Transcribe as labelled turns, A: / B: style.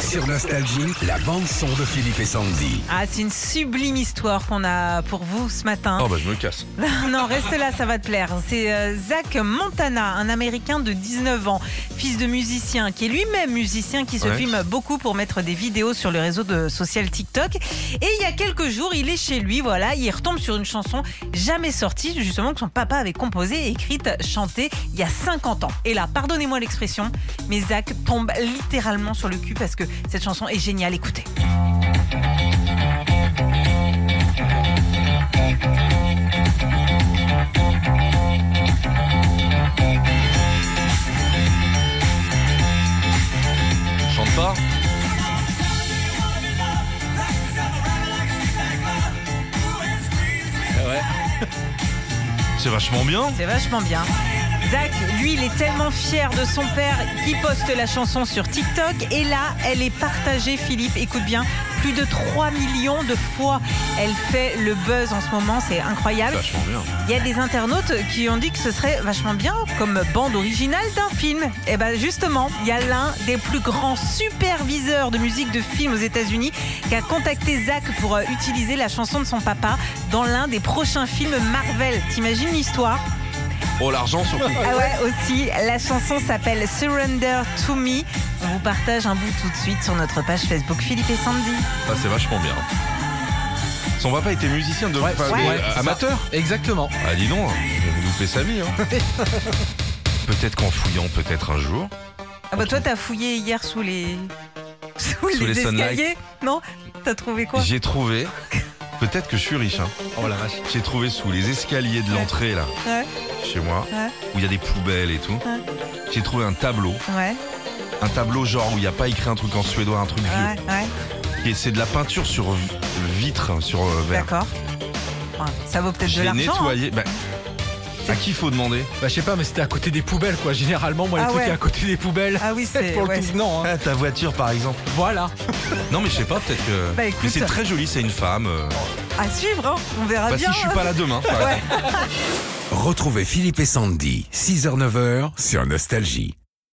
A: Sur Nostalgie, la bande-son de Philippe et Sandy.
B: Ah, c'est une sublime histoire qu'on a pour vous ce matin.
C: Oh bah je me casse.
B: non, reste là, ça va te plaire. C'est euh, Zach Montana, un Américain de 19 ans, fils de musicien, qui est lui-même musicien, qui se
C: Ouais.
B: filme beaucoup pour mettre des vidéos sur le réseau de social TikTok. Et il y a quelques jours, il est chez lui, voilà, il retombe sur une chanson jamais sortie, justement, que son papa avait composée, et écrite, chantée il y a 50 ans. Et là, pardonnez-moi l'expression, mais Zach tombe littéralement sur le cul parce que cette chanson est géniale, écoutez.
C: Chante pas. Ah ouais. C'est vachement bien.
B: C'est vachement bien. Zach, lui, il est tellement fier de son père qui poste la chanson sur TikTok. Et là, elle est partagée, Philippe. Écoute bien, plus de 3 millions de fois. Elle fait le buzz en ce moment, c'est incroyable.
C: Vachement bien.
B: Il y a des internautes qui ont dit que ce serait vachement bien comme bande originale d'un film. Et ben justement, il y a l'un des plus grands superviseurs de musique de film aux États-Unis qui a contacté Zach pour euh, utiliser la chanson de son papa dans l'un des prochains films Marvel. T'imagines l'histoire
C: Oh l'argent surtout.
B: ah ouais, aussi, la chanson s'appelle Surrender to Me. On vous partage un bout tout de suite sur notre page Facebook Philippe et Sandy.
C: Ah c'est vachement bien. Son papa était musicien de
B: ouais.
C: enfin, de-
B: Ouais,
C: euh,
D: c'est
C: amateur.
D: Exactement.
C: Ah dis donc, il va vous louper sa vie. Hein. peut-être qu'en fouillant, peut-être un jour.
B: Ah bah toi, t'as fouillé hier sous les... Sous,
C: les sunlights.
B: escaliers Non T'as trouvé quoi
C: J'ai trouvé. Peut-être que je suis riche. Hein.
D: Oh la vache.
C: J'ai trouvé sous les escaliers de l'entrée là,
B: Ouais,
C: chez moi,
B: ouais,
C: où il y a des poubelles et tout.
B: Ouais.
C: J'ai trouvé un tableau.
B: ouais,
C: un tableau genre où il n'y a pas écrit un truc en suédois, un truc
B: ouais, ouais.
C: vieux. Et c'est de la peinture sur vi- vitre, sur euh, verre.
B: D'accord. Ouais, ça vaut peut-être de
C: J'ai
B: l'argent. hein.
C: nettoyé. bah, à qui faut demander
D: Bah je sais pas, mais c'était à côté des poubelles quoi. Généralement, moi, les
B: Ah
D: trucs
B: ouais.
D: à côté des poubelles.
B: Ah oui, c'est...
D: pour le
B: ouais.
D: tout venant. hein.
C: Ah, Ta voiture par exemple.
D: Voilà.
C: Non mais je sais pas, peut-être que.
B: Bah, écoute.
C: mais c'est très joli, c'est une femme. euh.
B: À suivre, hein. on verra
C: Bah si
B: bien.
C: je suis pas là demain. par exemple.
A: Retrouvez Philippe et Sandy, 6h-9h sur Nostalgie.